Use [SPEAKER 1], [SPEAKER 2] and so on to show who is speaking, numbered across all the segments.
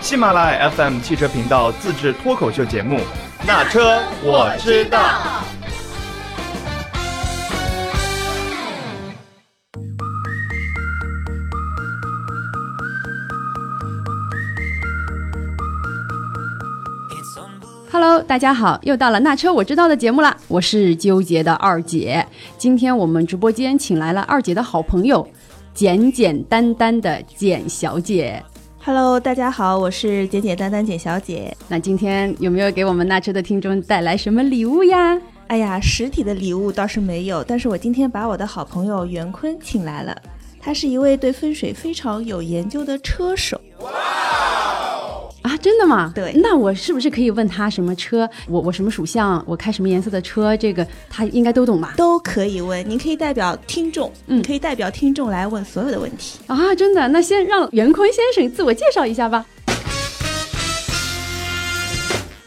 [SPEAKER 1] 喜马拉雅 FM 汽车频道自制脱口秀节目《那车我知道》。
[SPEAKER 2] Hello，大家好，又到了那车我知道的节目啦，我是纠结的二姐。今天我们直播间请来了二姐的好朋友，简简单单的简小姐。
[SPEAKER 3] Hello，大家好，我是简简单单简小姐。
[SPEAKER 2] 那今天有没有给我们那车的听众带来什么礼物呀？
[SPEAKER 3] 哎呀，实体的礼物倒是没有，但是我今天把我的好朋友袁坤请来了，他是一位对风水非常有研究的车手。
[SPEAKER 2] 啊，真的吗？
[SPEAKER 3] 对
[SPEAKER 2] 那我是不是可以问他什么车，我我什么属相，我开什么颜色的车，这个他应该都懂吧？
[SPEAKER 3] 都可以问，您可以代表听众，
[SPEAKER 2] 嗯
[SPEAKER 3] 你可以代表听众来问所有的问题。
[SPEAKER 2] 啊，真的？那先让袁坤先生自我介绍一下吧。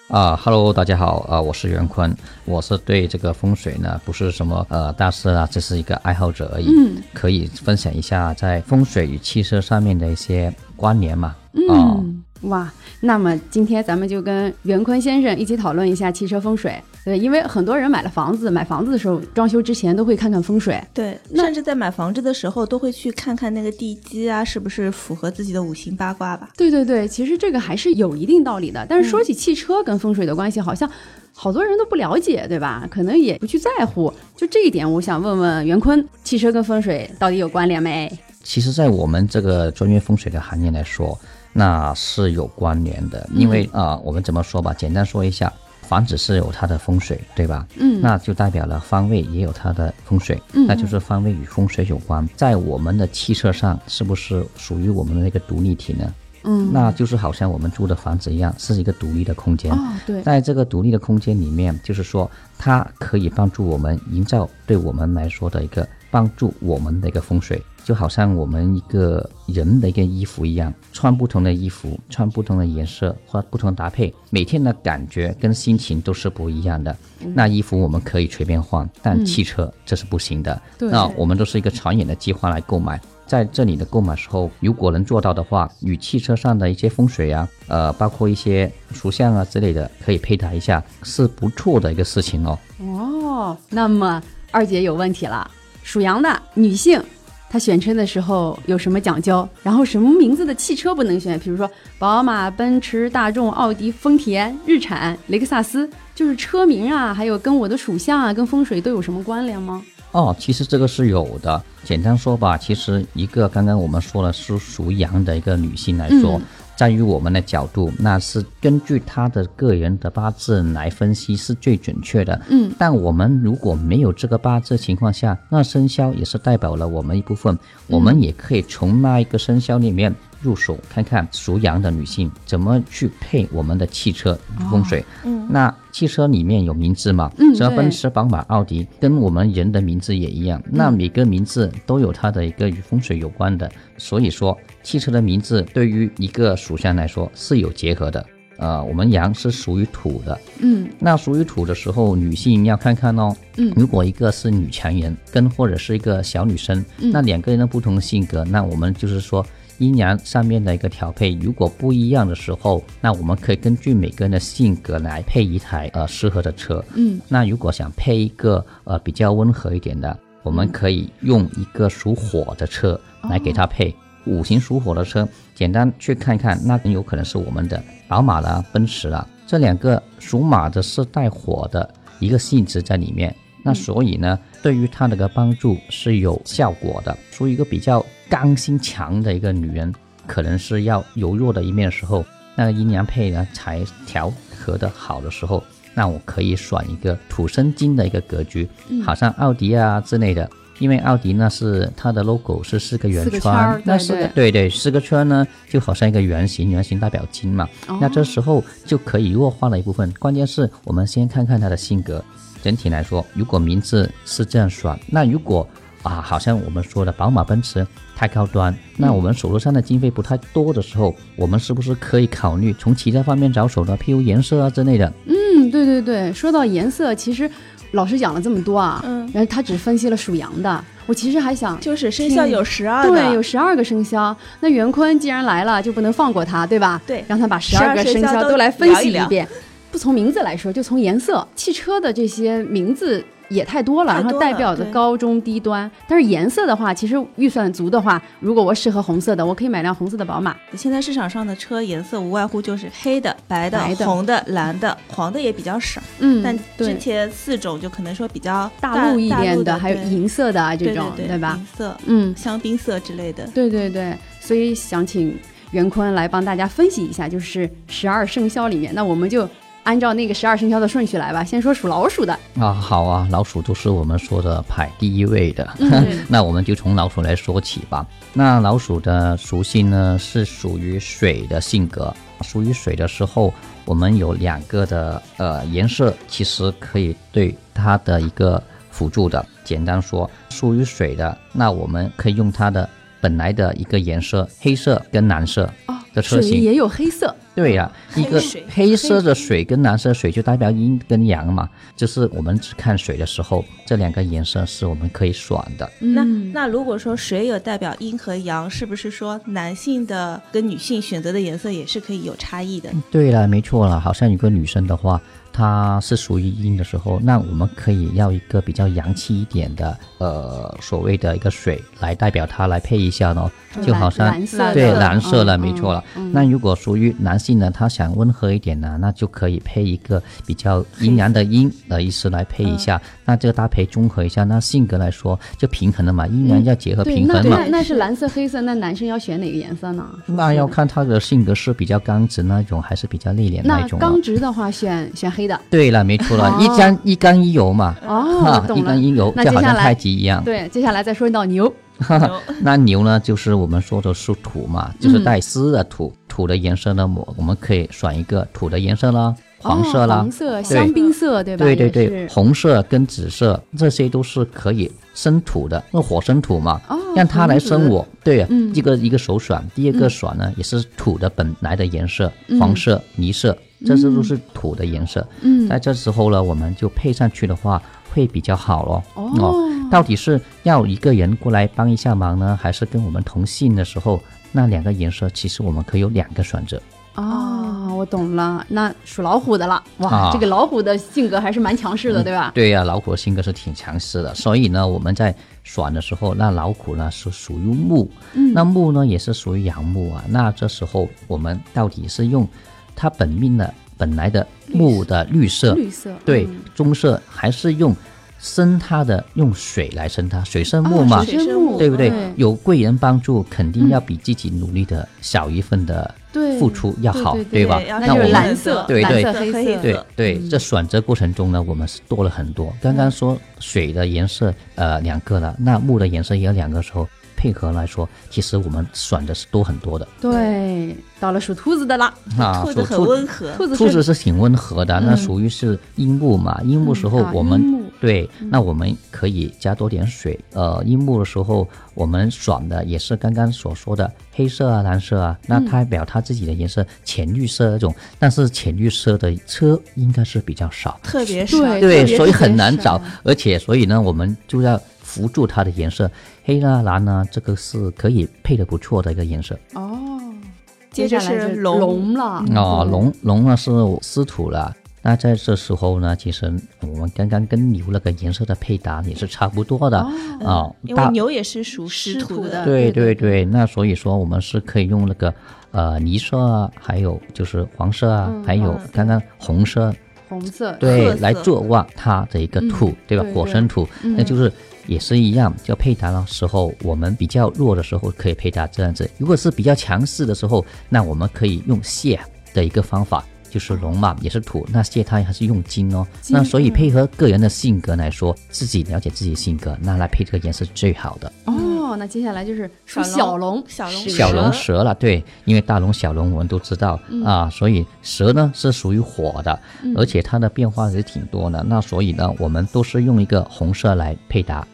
[SPEAKER 4] 啊哈喽，大家好啊、我是袁坤，我是对这个风水呢不是什么呃大师啊，只是一个爱好者而已，
[SPEAKER 2] 嗯
[SPEAKER 4] 可以分享一下在风水与汽车上面的一些关联嘛。哦
[SPEAKER 2] 嗯，哇，那么今天咱们就跟袁坤先生一起讨论一下汽车风水。对，因为很多人买了房子，买房子的时候装修之前都会看看风水。
[SPEAKER 3] 对，
[SPEAKER 2] 那
[SPEAKER 3] 甚至在买房子的时候，都会去看看那个地基啊，是不是符合自己的五行八卦吧。
[SPEAKER 2] 对对对，其实这个还是有一定道理的。但是说起汽车跟风水的关系，好像好多人都不了解，对吧？可能也不去在乎。就这一点，我想问问袁坤，汽车跟风水到底有关联没？
[SPEAKER 4] 其实，在我们这个专业风水的行业来说，那是有关联的，因为
[SPEAKER 2] 嗯
[SPEAKER 4] 啊、我们怎么说吧，简单说一下，房子是有它的风水，对吧？
[SPEAKER 2] 嗯
[SPEAKER 4] 那就代表了方位也有它的风水，
[SPEAKER 2] 嗯
[SPEAKER 4] 那就是方位与风水有关。在我们的汽车上，是不是属于我们的那个独立体呢？
[SPEAKER 2] 嗯，
[SPEAKER 4] 那就是好像我们住的房子一样，是一个独立的空间。
[SPEAKER 2] 哦对，
[SPEAKER 4] 在这个独立的空间里面，就是说它可以帮助我们营造对我们来说的一个帮助我们的一个风水，就好像我们一个人的一个衣服一样，穿不同的衣服，穿不同的颜色或不同的搭配，每天的感觉跟心情都是不一样的。那衣服我们可以随便换，但汽车这是不行的。
[SPEAKER 2] 对
[SPEAKER 4] 那我们都是一个长远的计划来购买。在这里的购买时候，如果能做到的话，与汽车上的一些风水啊，呃，包括一些属相啊之类的，可以配搭一下，是不错的一个事情哦。
[SPEAKER 2] 哦，那么二姐有问题了，属羊的女性，她选车的时候有什么讲究？然后什么名字的汽车不能选？比如说宝马、奔驰、大众、奥迪、丰田、日产、雷克萨斯，就是车名啊，还有跟我的属相啊，跟风水都有什么关联吗？
[SPEAKER 4] 哦，其实这个是有的。简单说吧，其实一个刚刚我们说了是属羊的一个女性来说，
[SPEAKER 2] 嗯
[SPEAKER 4] 在于我们的角度，那是根据她的个人的八字来分析是最准确的。
[SPEAKER 2] 嗯，
[SPEAKER 4] 但我们如果没有这个八字情况下，那生肖也是代表了我们一
[SPEAKER 2] 嗯
[SPEAKER 4] 部分，我们也可以从那一个生肖里面入手，看看属羊的女性怎么去配我们的汽
[SPEAKER 2] 哦
[SPEAKER 4] 车风水。
[SPEAKER 3] 嗯
[SPEAKER 4] 那汽车里面有名字嘛？
[SPEAKER 2] 嗯
[SPEAKER 4] 什么
[SPEAKER 2] 对
[SPEAKER 4] 奔驰、宝马、奥迪，跟我们人的名字也一
[SPEAKER 2] 嗯
[SPEAKER 4] 样。那每个名字都有它的一个与风水有关的，所以说汽车的名字对于一个属相来说是有结合的。呃，我们羊是属于土的，
[SPEAKER 2] 嗯
[SPEAKER 4] 那属于土的时候，女性要看看哦。
[SPEAKER 2] 嗯
[SPEAKER 4] 如果一个是女强人，跟或者是一个小女生，
[SPEAKER 2] 嗯
[SPEAKER 4] 那两个人的不同性格，那我们就是说阴阳上面的一个调配，如果不一样的时候，那我们可以根据每个人的性格来配一台呃适合的车。
[SPEAKER 2] 嗯
[SPEAKER 4] 那如果想配一个呃比较温和一点的，我们可以用一个属火的车来给它配。五行属火的车，简单去看看，那很有可能是我们的宝马啦、奔驰啦，这两个属马的是带火的一个性质在里面。那所以呢，对于她那个帮助是有效果的。属于一个比较刚性强的一个女人，可能是要柔弱的一面的时候，那个阴阳配呢才调和的好的时候，那我可以选一个土生金的一个格局，
[SPEAKER 2] 嗯
[SPEAKER 4] 好像奥迪啊之类的。因为奥迪呢是它的 logo 是四个圆
[SPEAKER 2] 四个
[SPEAKER 4] 圈，
[SPEAKER 2] 圈儿
[SPEAKER 4] 那
[SPEAKER 2] 对
[SPEAKER 4] 四个
[SPEAKER 2] 对
[SPEAKER 4] 对对四个圈呢就好像一个圆形，圆形代表金嘛，
[SPEAKER 2] 哦
[SPEAKER 4] 那这时候就可以弱化了一部分。关键是我们先看看他的性格。整体来说，如果名字是这样选，那如果啊，好像我们说的宝马、奔驰太高端，那我们手头上的经费不太多的时候，我们是不是可以考虑从其他方面着手呢？譬如颜色啊之类的。
[SPEAKER 2] 嗯，对对对，说到颜色，其实老师讲了这么多啊，
[SPEAKER 3] 嗯
[SPEAKER 2] 然后他只分析了属羊的，我其实还想。
[SPEAKER 3] 就是生肖有十二的，
[SPEAKER 2] 对，有十二个生肖。那袁坤既然来了，就不能放过他，对吧？
[SPEAKER 3] 对
[SPEAKER 2] 让他把十
[SPEAKER 3] 12
[SPEAKER 2] 个
[SPEAKER 3] 生
[SPEAKER 2] 生
[SPEAKER 3] 肖
[SPEAKER 2] 肖
[SPEAKER 3] 都
[SPEAKER 2] 来分析
[SPEAKER 3] 聊一
[SPEAKER 2] 遍。不从名字来说，就从颜色，汽车的这些名字也太多了，
[SPEAKER 3] 太多
[SPEAKER 2] 然后代表
[SPEAKER 3] 了
[SPEAKER 2] 的
[SPEAKER 3] 对
[SPEAKER 2] 高中低端。但是颜色的话，其实预算足的话，如果我适合红色的，我可以买辆红色的宝马。
[SPEAKER 3] 现在市场上的车颜色无外乎就是黑的、白的、
[SPEAKER 2] 白的
[SPEAKER 3] 红的、蓝的，黄的也比较少。
[SPEAKER 2] 嗯，
[SPEAKER 3] 但之
[SPEAKER 2] 对
[SPEAKER 3] 前四种就可能说比较
[SPEAKER 2] 大陆一点
[SPEAKER 3] 的，
[SPEAKER 2] 的，还有
[SPEAKER 3] 对
[SPEAKER 2] 银色的啊这
[SPEAKER 3] 对
[SPEAKER 2] 种，
[SPEAKER 3] 对
[SPEAKER 2] 吧？
[SPEAKER 3] 银色、
[SPEAKER 2] 嗯，
[SPEAKER 3] 香槟色之类的。
[SPEAKER 2] 对对对，所以想请袁坤来帮大家分析一下，就是十二生肖里面，那我们就按照那个十二生肖的顺序来吧。先说属老 鼠的，
[SPEAKER 4] 啊，好啊，老鼠就是我们说的排第一位的，
[SPEAKER 2] 嗯
[SPEAKER 4] 那我们就从老鼠来说起吧。那老鼠的属性呢，是属于水的性格。属于水的时候，我们有两个的呃颜色，其实可以对它的一个辅助的。简单说，属于水的，那我们可以用它的本来的一个颜色，黑色跟蓝色
[SPEAKER 2] 哦
[SPEAKER 4] 的车
[SPEAKER 2] 水
[SPEAKER 4] 型。
[SPEAKER 2] 也有黑色，
[SPEAKER 4] 对呀、一个
[SPEAKER 3] 水
[SPEAKER 4] 黑色的水跟蓝色的水就代表阴跟阳嘛，就是我们只看水的时候，这两个颜色是我们可以选的。
[SPEAKER 3] 那
[SPEAKER 2] 嗯
[SPEAKER 3] 那如果说水有代表阴和阳，是不是说男性的跟女性选择的颜色也是可以有差异的？
[SPEAKER 4] 对了，没错了，好像有个女生的话，她是属于阴的时候，那我们可以要一个比较洋气一点的，呃，所谓的一个水来代表她来配一下呢，就好
[SPEAKER 2] 嗯
[SPEAKER 4] 像
[SPEAKER 2] 蓝色的
[SPEAKER 4] 对
[SPEAKER 2] 嗯
[SPEAKER 4] 蓝色了，
[SPEAKER 2] 嗯
[SPEAKER 4] 没错了。
[SPEAKER 2] 嗯
[SPEAKER 4] 那如果属于男性呢，他想温和一点呢，那就可以配一个比较阴阳的阴的意思来配一下，
[SPEAKER 2] 嗯
[SPEAKER 4] 那这个搭配综合一下，那性格来说就平衡了嘛，阴阳要结合
[SPEAKER 2] 嗯对，
[SPEAKER 4] 平
[SPEAKER 2] 那
[SPEAKER 4] 衡嘛。
[SPEAKER 2] 那那是蓝色黑色，那男生要选哪个颜色呢？
[SPEAKER 4] 那要看他的性格是比较刚直那种，还是比较内敛那
[SPEAKER 2] 那
[SPEAKER 4] 一种、啊。
[SPEAKER 2] 刚直的话选选黑的
[SPEAKER 4] 对了，没错了，
[SPEAKER 2] 哦
[SPEAKER 4] 一干一干一油嘛，
[SPEAKER 2] 哦，
[SPEAKER 4] 一
[SPEAKER 2] 懂了
[SPEAKER 4] 干。一油
[SPEAKER 2] 那
[SPEAKER 4] 就好
[SPEAKER 2] 接下
[SPEAKER 4] 像
[SPEAKER 2] 来
[SPEAKER 4] 太极一样。
[SPEAKER 2] 对，接下来再说到牛，
[SPEAKER 4] 那牛呢，就是我们说的是土
[SPEAKER 2] 嗯
[SPEAKER 4] 嘛，就是带丝的土，土的颜色呢，我我们可以选一个土的颜色啦，黄色
[SPEAKER 2] 哦
[SPEAKER 4] 啦
[SPEAKER 2] 黄，色、香槟色，对吧？
[SPEAKER 4] 对对
[SPEAKER 2] 也
[SPEAKER 4] 对，
[SPEAKER 2] 是
[SPEAKER 4] 红色跟紫色这些都是可以生土的，那火生土嘛，
[SPEAKER 2] 哦，
[SPEAKER 4] 让它来生
[SPEAKER 2] 红紫。
[SPEAKER 4] 我。对，
[SPEAKER 2] 嗯
[SPEAKER 4] 一个一个首选，第二个选呢、也是土的本来的颜色，
[SPEAKER 2] 嗯
[SPEAKER 4] 黄色、泥色，这些都是土的颜色。
[SPEAKER 2] 嗯
[SPEAKER 4] 在这时候呢，我们就配上去的话会比较好咯。
[SPEAKER 2] 哦
[SPEAKER 4] 到底是要一个人过来帮一下忙呢，还是跟我们同姓的时候，那两个颜色其实我们可以有两个选择。
[SPEAKER 2] 哦，我懂了，那属老虎的了，哇，
[SPEAKER 4] 啊嗯
[SPEAKER 2] 这个老虎的性格还是蛮强势的，对吧？
[SPEAKER 4] 对呀、老虎的性格是挺强势的，所以呢，我们在选的时候，那老虎呢是属于木，
[SPEAKER 2] 嗯
[SPEAKER 4] 那木呢也是属于阳木啊。那这时候我们到底是用它本命的本来的木的绿色，
[SPEAKER 2] 绿色，
[SPEAKER 4] 对
[SPEAKER 2] 嗯，
[SPEAKER 4] 棕色，还是用生它的用水来生它，水生木
[SPEAKER 2] 哦
[SPEAKER 4] 嘛，
[SPEAKER 2] 水生
[SPEAKER 3] 木
[SPEAKER 2] 木，
[SPEAKER 4] 对不对？
[SPEAKER 2] 对嗯
[SPEAKER 4] 有贵人帮助，肯定要比自己努力的小一份的
[SPEAKER 2] 对
[SPEAKER 4] 付出要好，
[SPEAKER 2] 对
[SPEAKER 4] 吧？
[SPEAKER 3] 对要
[SPEAKER 2] 那
[SPEAKER 4] 那
[SPEAKER 2] 就
[SPEAKER 4] 我
[SPEAKER 2] 是
[SPEAKER 4] 们
[SPEAKER 2] 蓝色，
[SPEAKER 4] 对
[SPEAKER 2] 蓝
[SPEAKER 4] 对
[SPEAKER 2] 色、黑
[SPEAKER 3] 黑色
[SPEAKER 4] 对对，
[SPEAKER 2] 嗯
[SPEAKER 4] 这选择过程中呢，我们是多了很多。刚刚说水的颜色，呃，两个了，那木的颜色也有两个的时候，配合来说，其实我们选的是多很多的。
[SPEAKER 2] 对，到了属兔子的了，
[SPEAKER 4] 啊，
[SPEAKER 3] 兔子
[SPEAKER 4] 属
[SPEAKER 3] 很温和，
[SPEAKER 2] 兔子
[SPEAKER 4] 兔
[SPEAKER 2] 是嗯
[SPEAKER 4] 子是挺温和的，那属于是樱木嘛。樱木时候
[SPEAKER 2] 啊
[SPEAKER 4] 我们、
[SPEAKER 2] 樱木嗯
[SPEAKER 4] 对，那我们可以加多点水。呃，樱木的时候我们选的也是刚刚所说的黑色啊、蓝色啊，
[SPEAKER 2] 嗯
[SPEAKER 4] 那它表它自己的颜色浅绿色那种，但是浅绿色的车应该是比较少，
[SPEAKER 3] 哎特别少。
[SPEAKER 2] 对特
[SPEAKER 4] 对，
[SPEAKER 2] 别
[SPEAKER 4] 所以
[SPEAKER 2] 特别
[SPEAKER 4] 很难
[SPEAKER 2] 少
[SPEAKER 4] 找，而且所以呢，我们就要辅助它的颜色，黑啊、蓝啊，这个是可以配的不错的一个颜色。
[SPEAKER 2] 哦，
[SPEAKER 3] 接
[SPEAKER 2] 接
[SPEAKER 3] 着
[SPEAKER 2] 下来
[SPEAKER 3] 是
[SPEAKER 2] 是
[SPEAKER 3] 龙
[SPEAKER 2] 龙了，
[SPEAKER 4] 哦，
[SPEAKER 2] 嗯对，
[SPEAKER 4] 龙龙呢是司土了。那在这时候呢，其实我们刚刚跟牛那个颜色的配搭也是差不多的啊、哦
[SPEAKER 3] 因为
[SPEAKER 4] 大
[SPEAKER 3] 牛也是属湿
[SPEAKER 2] 湿
[SPEAKER 3] 土
[SPEAKER 2] 土
[SPEAKER 3] 的，
[SPEAKER 2] 的
[SPEAKER 4] 对
[SPEAKER 2] 对
[SPEAKER 4] 对对，那所以说我们是可以用那个呃泥色啊，还有就是黄色啊，还有刚刚红色，
[SPEAKER 2] 红色，嗯
[SPEAKER 4] 对
[SPEAKER 3] 褐，色
[SPEAKER 4] 来作旺它的一个土，对吧？
[SPEAKER 2] 对嗯
[SPEAKER 4] 火生土，那就是也是一样，就配搭的时候，我们比较弱的时候可以配搭这样子；如果是比较强势的时候，那我们可以用蟹的一个方法。就是龙嘛，也是土，那蟹它还是用金哦。
[SPEAKER 2] 金嗯
[SPEAKER 4] 那所以配合个人的性格来说，自己了解自己性格，那来配这个颜色是最好的。
[SPEAKER 2] 哦，那接下来就是属
[SPEAKER 3] 小
[SPEAKER 2] 小
[SPEAKER 3] 龙
[SPEAKER 2] 龙，
[SPEAKER 3] 小龙
[SPEAKER 2] 蛇
[SPEAKER 4] 小龙蛇了，对，因为大龙、小龙我们都知道、
[SPEAKER 2] 嗯
[SPEAKER 4] 啊，所以蛇呢是属于火的，嗯而且它的变化也挺多的。那所以呢，我们都是用一个红色来配搭。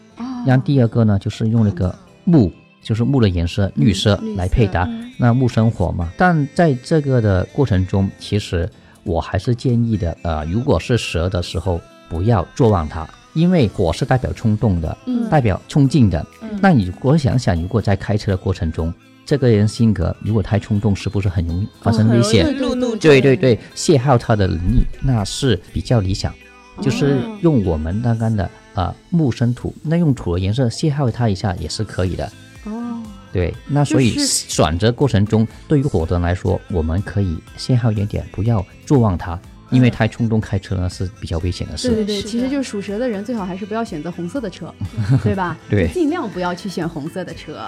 [SPEAKER 4] 那、第二个呢，就是用那个木，就是木的颜色绿色
[SPEAKER 2] 绿色
[SPEAKER 4] 来配搭。那木生火嘛，但在这个的过程中，其实我还是建议的，呃，如果是蛇的时候，不要坐忘它。因为火是代表冲动的，
[SPEAKER 2] 嗯
[SPEAKER 4] 代表冲劲的。
[SPEAKER 3] 嗯
[SPEAKER 4] 那你如果想想，如果在开车的过程中，这个人性格如果太冲动，是不是很容易发生危
[SPEAKER 3] 哦
[SPEAKER 4] 险？
[SPEAKER 3] 很容易路怒
[SPEAKER 4] 对对对，消耗他的能力，那是比较理想。就是
[SPEAKER 2] 哦
[SPEAKER 4] 用我们刚刚的呃木生土，那用土的颜色消耗它一下也是可以的。
[SPEAKER 2] 哦，
[SPEAKER 4] 对，那所以
[SPEAKER 2] 就是
[SPEAKER 4] 选择过程中，对于火的人来说，我们可以消耗一点点，不要坐忘它，
[SPEAKER 2] 嗯
[SPEAKER 4] 因为太冲动开车呢是比较危险的
[SPEAKER 2] 对
[SPEAKER 4] 事。
[SPEAKER 2] 对对，
[SPEAKER 3] 是的
[SPEAKER 2] 其实就是属蛇的人最好还是不要选择红色的 车，对吧？
[SPEAKER 4] 对
[SPEAKER 2] 尽量不要去选红色的车。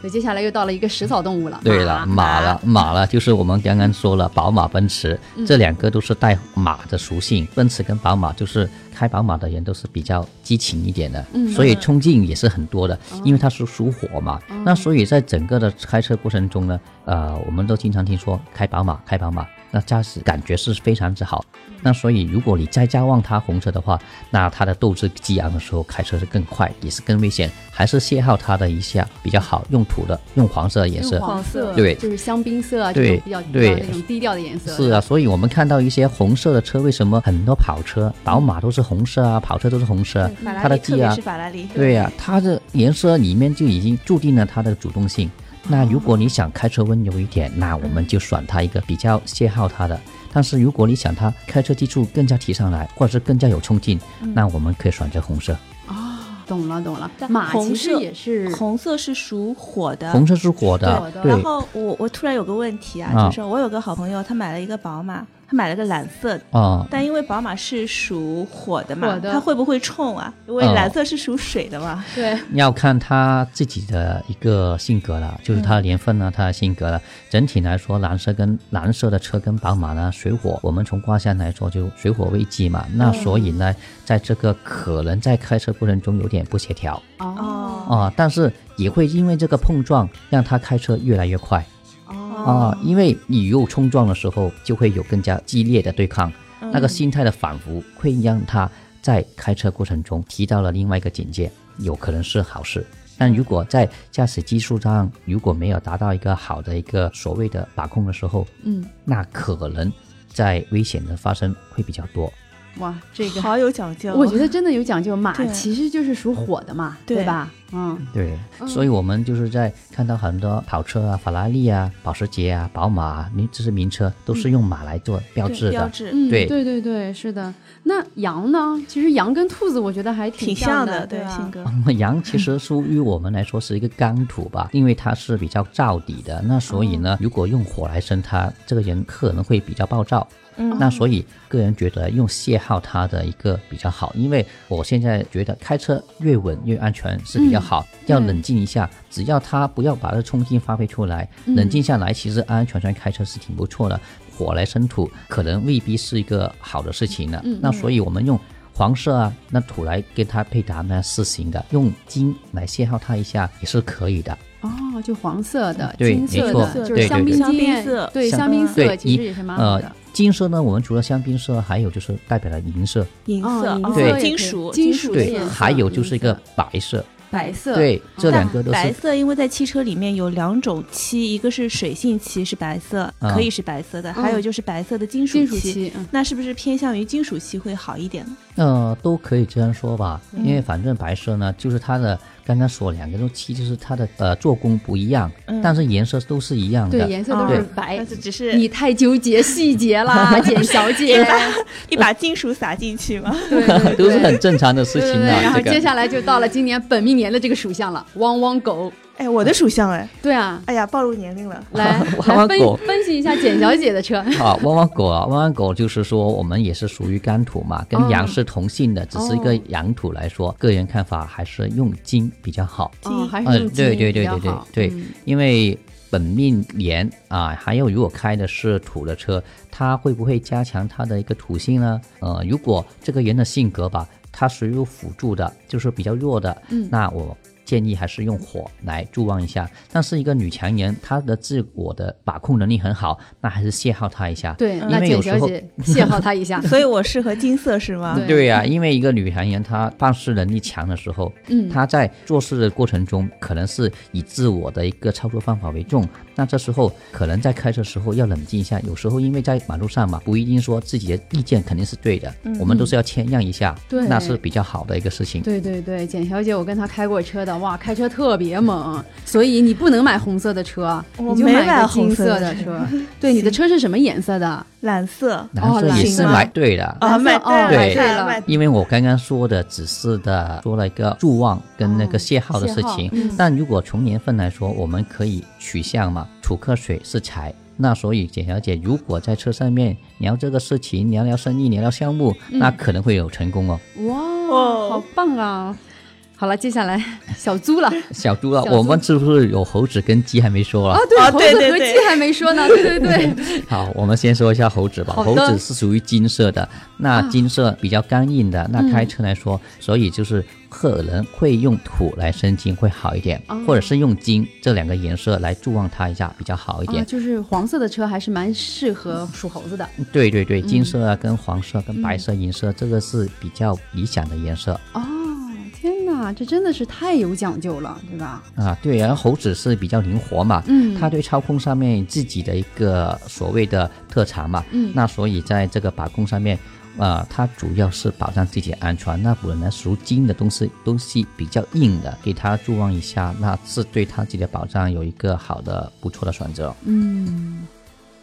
[SPEAKER 2] 对，接下来又到了一个食草动物了，
[SPEAKER 4] 对了，马了，马了，就是我们刚刚说了，宝马、奔驰这两个都是带马的属性。奔驰跟宝马就是开宝马的人都是比较激情一点的，所以冲劲也是很多的，因为它是属火嘛。那所以在整个的开车过程中呢，呃，我们都经常听说开宝马，开宝马，那驾驶感觉是非常之好。那所以如果你再加旺它红色的话，那它的斗志激昂的时候开车是更快，也是更危险，还是消耗它的一下比较好。用土的，用黄色的颜色
[SPEAKER 2] 用。黄色，
[SPEAKER 4] 对
[SPEAKER 2] 就是香槟色啊，这
[SPEAKER 4] 对
[SPEAKER 2] 种比较比较
[SPEAKER 4] 对
[SPEAKER 2] 那种低调的颜色。
[SPEAKER 4] 是啊，所以我们看到一些红色的车，为什么很多跑车、宝马都是红色啊，跑车都是红色，
[SPEAKER 3] 法拉利
[SPEAKER 4] 它的
[SPEAKER 3] 特
[SPEAKER 4] 技
[SPEAKER 3] 别
[SPEAKER 4] 啊
[SPEAKER 3] 是，法拉利，
[SPEAKER 4] 对呀、它的颜色里面就已经注定了它的主动性。那如果你想开车温柔一点，那我们就选它一个比较消耗它的。但是如果你想它开车技术更加提上来，或者是更加有冲劲，那我们可以选择红色。
[SPEAKER 2] 懂了懂了，
[SPEAKER 3] 但
[SPEAKER 2] 马
[SPEAKER 3] 红
[SPEAKER 2] 其实
[SPEAKER 3] 色
[SPEAKER 2] 也是
[SPEAKER 3] 红色是属火的，
[SPEAKER 4] 红色是火的
[SPEAKER 2] 是，火的
[SPEAKER 4] 啊对
[SPEAKER 3] 然，后我我突然有个问题啊，
[SPEAKER 4] 啊
[SPEAKER 3] 就是我有个好朋友，他买了一个宝马，他买了个蓝色的，
[SPEAKER 4] 啊、
[SPEAKER 3] 但因为宝马是属火的嘛，
[SPEAKER 2] 火的
[SPEAKER 3] 它会不会冲啊？因为
[SPEAKER 4] 嗯
[SPEAKER 3] 蓝色是属水的嘛。
[SPEAKER 2] 对，
[SPEAKER 4] 要看他自己的一个性格了，就是他的年份呢，他的性格了。整体来说，蓝色跟蓝色的车跟宝马呢，啊水火，我们从卦象来说就水火未济嘛。那所以呢，在这个可能在开车过程中有点不协调
[SPEAKER 2] 哦
[SPEAKER 4] 啊、但是也会因为这个碰撞让他开车越来越快
[SPEAKER 2] 哦，
[SPEAKER 4] 啊、因为你有冲撞的时候，就会有更加激烈的对抗，那个心态的反复会让他在开车过程中提到了另外一个警戒，有可能是好事。但如果在驾驶技术上如果没有达到一个好的一个所谓的把控的时候，
[SPEAKER 2] 嗯，
[SPEAKER 4] 那可能在危险的发生会比较多。
[SPEAKER 2] 哇，这个
[SPEAKER 3] 好有讲究，
[SPEAKER 2] 我觉得真的有讲究，马
[SPEAKER 3] 对
[SPEAKER 2] 其实就是属火的嘛，
[SPEAKER 3] 对
[SPEAKER 2] 对吧？嗯，
[SPEAKER 4] 对，所以我们就是在看到很多跑车啊、法拉利啊、保时捷啊、宝马啊，名这些名车都是用马来做标
[SPEAKER 3] 对
[SPEAKER 4] 志的
[SPEAKER 3] 标。志。
[SPEAKER 2] 嗯，
[SPEAKER 4] 对
[SPEAKER 2] 对对对，是的。那羊呢？其实羊跟兔子我觉得还
[SPEAKER 3] 挺
[SPEAKER 2] 像
[SPEAKER 3] 的，啊
[SPEAKER 2] 对吧
[SPEAKER 3] 性格。
[SPEAKER 4] 啊羊其实属于我们来说是一个刚土吧，因为它是比较燥底的，那所以呢，如果用火来生它，这个人可能会比较暴躁。
[SPEAKER 2] 哦
[SPEAKER 3] 嗯
[SPEAKER 4] 那所以个人觉得用泄耗它的一个比较好，因为我现在觉得开车越稳越安全是比较好，
[SPEAKER 2] 嗯
[SPEAKER 4] 要冷静一下，只要它不要把它冲劲发挥出来，
[SPEAKER 2] 嗯
[SPEAKER 4] 冷静下来，其实安安全全开车是挺不错的。火来生土，可能未必是一个好的事情呢。
[SPEAKER 2] 嗯
[SPEAKER 4] 那所以我们用。黄色啊，那土来跟它配搭呢是行的，用金来泄耗它一下也是可以的。
[SPEAKER 2] 哦，就黄色的、
[SPEAKER 4] 嗯对
[SPEAKER 2] 金色
[SPEAKER 4] 没
[SPEAKER 2] 的，
[SPEAKER 4] 错
[SPEAKER 2] 就是
[SPEAKER 4] 对
[SPEAKER 2] 香槟
[SPEAKER 3] 对对
[SPEAKER 2] 经验
[SPEAKER 3] 香槟色
[SPEAKER 2] 对
[SPEAKER 4] 香
[SPEAKER 2] 香槟色
[SPEAKER 4] 对，
[SPEAKER 2] 其
[SPEAKER 4] 银
[SPEAKER 2] 实也是蛮好
[SPEAKER 4] 呃
[SPEAKER 2] 的。，
[SPEAKER 4] 金色呢，我们除了香槟色，还有就是代表了银色，
[SPEAKER 3] 银色
[SPEAKER 2] 哦，银
[SPEAKER 3] 哦
[SPEAKER 2] 色也可以
[SPEAKER 3] 金属，
[SPEAKER 2] 金属金
[SPEAKER 3] 属
[SPEAKER 4] 对
[SPEAKER 2] 色，
[SPEAKER 3] 线
[SPEAKER 4] 还有就是一个
[SPEAKER 2] 银色
[SPEAKER 4] 白色，
[SPEAKER 2] 白色，
[SPEAKER 4] 对，这
[SPEAKER 2] 但
[SPEAKER 4] 两个都
[SPEAKER 3] 白
[SPEAKER 4] 是
[SPEAKER 3] 色，因为在汽车里面有两种漆，一个是水性漆是白色，
[SPEAKER 4] 啊
[SPEAKER 3] 可以是白色的，还有就是白色的金属
[SPEAKER 2] 金属
[SPEAKER 3] 漆。
[SPEAKER 2] 漆，嗯
[SPEAKER 3] 那是不是偏向于金属漆会好一点呢？
[SPEAKER 4] 呃，都可以这样说吧，
[SPEAKER 2] 嗯
[SPEAKER 4] 因为反正白色呢，就是它的刚刚说两个都漆，就是它的呃做工不一样，但是颜色都是一样
[SPEAKER 2] 嗯对，
[SPEAKER 4] 的。
[SPEAKER 2] 颜色
[SPEAKER 3] 嗯
[SPEAKER 2] 都是
[SPEAKER 4] 对
[SPEAKER 2] 白
[SPEAKER 3] 但。是只是
[SPEAKER 2] 你太纠结细节 啦，简小姐。
[SPEAKER 3] 一把金属撒进去吗？
[SPEAKER 2] 对对对
[SPEAKER 4] 都是很正常的事
[SPEAKER 2] 对对
[SPEAKER 4] 情
[SPEAKER 2] 对，
[SPEAKER 4] 啊，
[SPEAKER 2] 然后
[SPEAKER 4] 这个
[SPEAKER 2] 接下来就到了今年本命年的这个属相了，汪汪狗。
[SPEAKER 3] 哎，我的属相哎，
[SPEAKER 2] 对啊，
[SPEAKER 3] 哎呀，暴露年龄了。
[SPEAKER 2] 来
[SPEAKER 4] 汪
[SPEAKER 2] 来
[SPEAKER 4] 汪
[SPEAKER 2] 分
[SPEAKER 4] 狗
[SPEAKER 2] 分析一下简小姐的车。
[SPEAKER 4] 啊，汪汪狗啊，汪汪狗就是说我们也是属于干土嘛，
[SPEAKER 2] 哦
[SPEAKER 4] 跟羊是同性的，只是一个阳土来说，个人看法还是用金比较好。
[SPEAKER 2] 哦，还是
[SPEAKER 4] 嗯，
[SPEAKER 2] 用基
[SPEAKER 4] 对
[SPEAKER 2] 因比
[SPEAKER 4] 对对
[SPEAKER 2] 较
[SPEAKER 4] 对对
[SPEAKER 2] 好。
[SPEAKER 4] 对，
[SPEAKER 2] 嗯
[SPEAKER 4] 因为本命年啊，还有如果开的是土的车，它会不会加强它的一个土性呢？呃，如果这个人的性格吧，他属于辅助的，就是比较弱的，嗯，那我。建议还是用火来助望一下。但是一个女强人，她的自我的把控能力很好，那还是邂逅她一下。
[SPEAKER 2] 对，
[SPEAKER 4] 因
[SPEAKER 2] 那
[SPEAKER 4] 为
[SPEAKER 2] 简
[SPEAKER 4] 有时
[SPEAKER 2] 小
[SPEAKER 4] 候
[SPEAKER 2] 姐邂逅他一下，
[SPEAKER 3] 所以我适合金色是吗？
[SPEAKER 2] 对
[SPEAKER 4] 对呀、因为一个女强人，她办事能力强的时候，
[SPEAKER 2] 嗯
[SPEAKER 4] 她在做事的过程中，可能是以自我的一个操作方法为重。那这时候可能在开车时候要冷静一下，有时候因为在马路上嘛，不一定说自己的意见肯定是对的，我们都是要谦让一下，
[SPEAKER 2] 嗯对
[SPEAKER 4] 那是比较好的一个事情。
[SPEAKER 2] 对对对，简小姐，我跟她开过车的，哇，开车特别猛，所以你不能买红色的车，
[SPEAKER 3] 我
[SPEAKER 2] 你就
[SPEAKER 3] 没
[SPEAKER 2] 买
[SPEAKER 3] 买
[SPEAKER 2] 个
[SPEAKER 3] 红
[SPEAKER 2] 金
[SPEAKER 3] 色
[SPEAKER 2] 色
[SPEAKER 3] 的
[SPEAKER 2] 的
[SPEAKER 3] 车
[SPEAKER 2] 车。 对，你的车是什么颜色的？
[SPEAKER 3] 蓝色
[SPEAKER 4] 男
[SPEAKER 2] 哦
[SPEAKER 4] 生也是
[SPEAKER 3] 行吗
[SPEAKER 4] 买对的，
[SPEAKER 3] 啊，
[SPEAKER 2] 蓝色
[SPEAKER 3] 买
[SPEAKER 2] 哦
[SPEAKER 3] 对
[SPEAKER 4] 买
[SPEAKER 2] 对了
[SPEAKER 3] 了，买
[SPEAKER 4] 因为我刚刚说的只是的说了一个助望跟那个邂逅的事
[SPEAKER 2] 哦邂
[SPEAKER 4] 情
[SPEAKER 2] 逅，嗯
[SPEAKER 4] 但如果从年份来说，我们可以取向嘛，土克水是财。那所以，简小姐，如果在车上面聊这个事情，聊聊生意，聊聊项目，那
[SPEAKER 2] 嗯
[SPEAKER 4] 可能会有成功哦。
[SPEAKER 2] 哇，
[SPEAKER 3] 哦
[SPEAKER 2] 好棒啊！好了，接下来小猪了啊，
[SPEAKER 4] 小猪啊
[SPEAKER 2] 小，猪
[SPEAKER 4] 我们是不是有猴子跟鸡还没说啊？
[SPEAKER 2] 对，
[SPEAKER 3] 哦
[SPEAKER 2] 猴
[SPEAKER 3] 对
[SPEAKER 2] 子
[SPEAKER 3] 对
[SPEAKER 2] 和
[SPEAKER 3] 对
[SPEAKER 2] 鸡还没说呢，对对对，
[SPEAKER 4] 好，我们先说一下猴子吧。
[SPEAKER 2] 好
[SPEAKER 4] 猴
[SPEAKER 2] 的啊
[SPEAKER 4] 子是属于金色的，那金色比较刚硬的，那
[SPEAKER 2] 嗯
[SPEAKER 4] 开车来说，所以就是可能会用土来生金会好一点，
[SPEAKER 2] 哦
[SPEAKER 4] 或者是用金这两个颜色来助望它一下比较好一点。嗯
[SPEAKER 2] 啊，就是黄色的车还是蛮适合属猴子的。
[SPEAKER 4] 对对
[SPEAKER 2] 嗯
[SPEAKER 4] 对，金色啊，跟黄色、跟白色、银色，这个是比较理想的颜色
[SPEAKER 2] 哦，天哪，这真的是太有讲究了，对吧？
[SPEAKER 4] 啊。对，然后猴子是比较灵活嘛，
[SPEAKER 2] 嗯
[SPEAKER 4] 他对操控上面自己的一个所谓的特长嘛，
[SPEAKER 2] 嗯
[SPEAKER 4] 那所以在这个把控上面，呃，它主要是保障自己的安全。那本来属金的东西东西比较硬的，给它助望一下，那是对他自己的保障有一个好的不错的选择。
[SPEAKER 2] 嗯，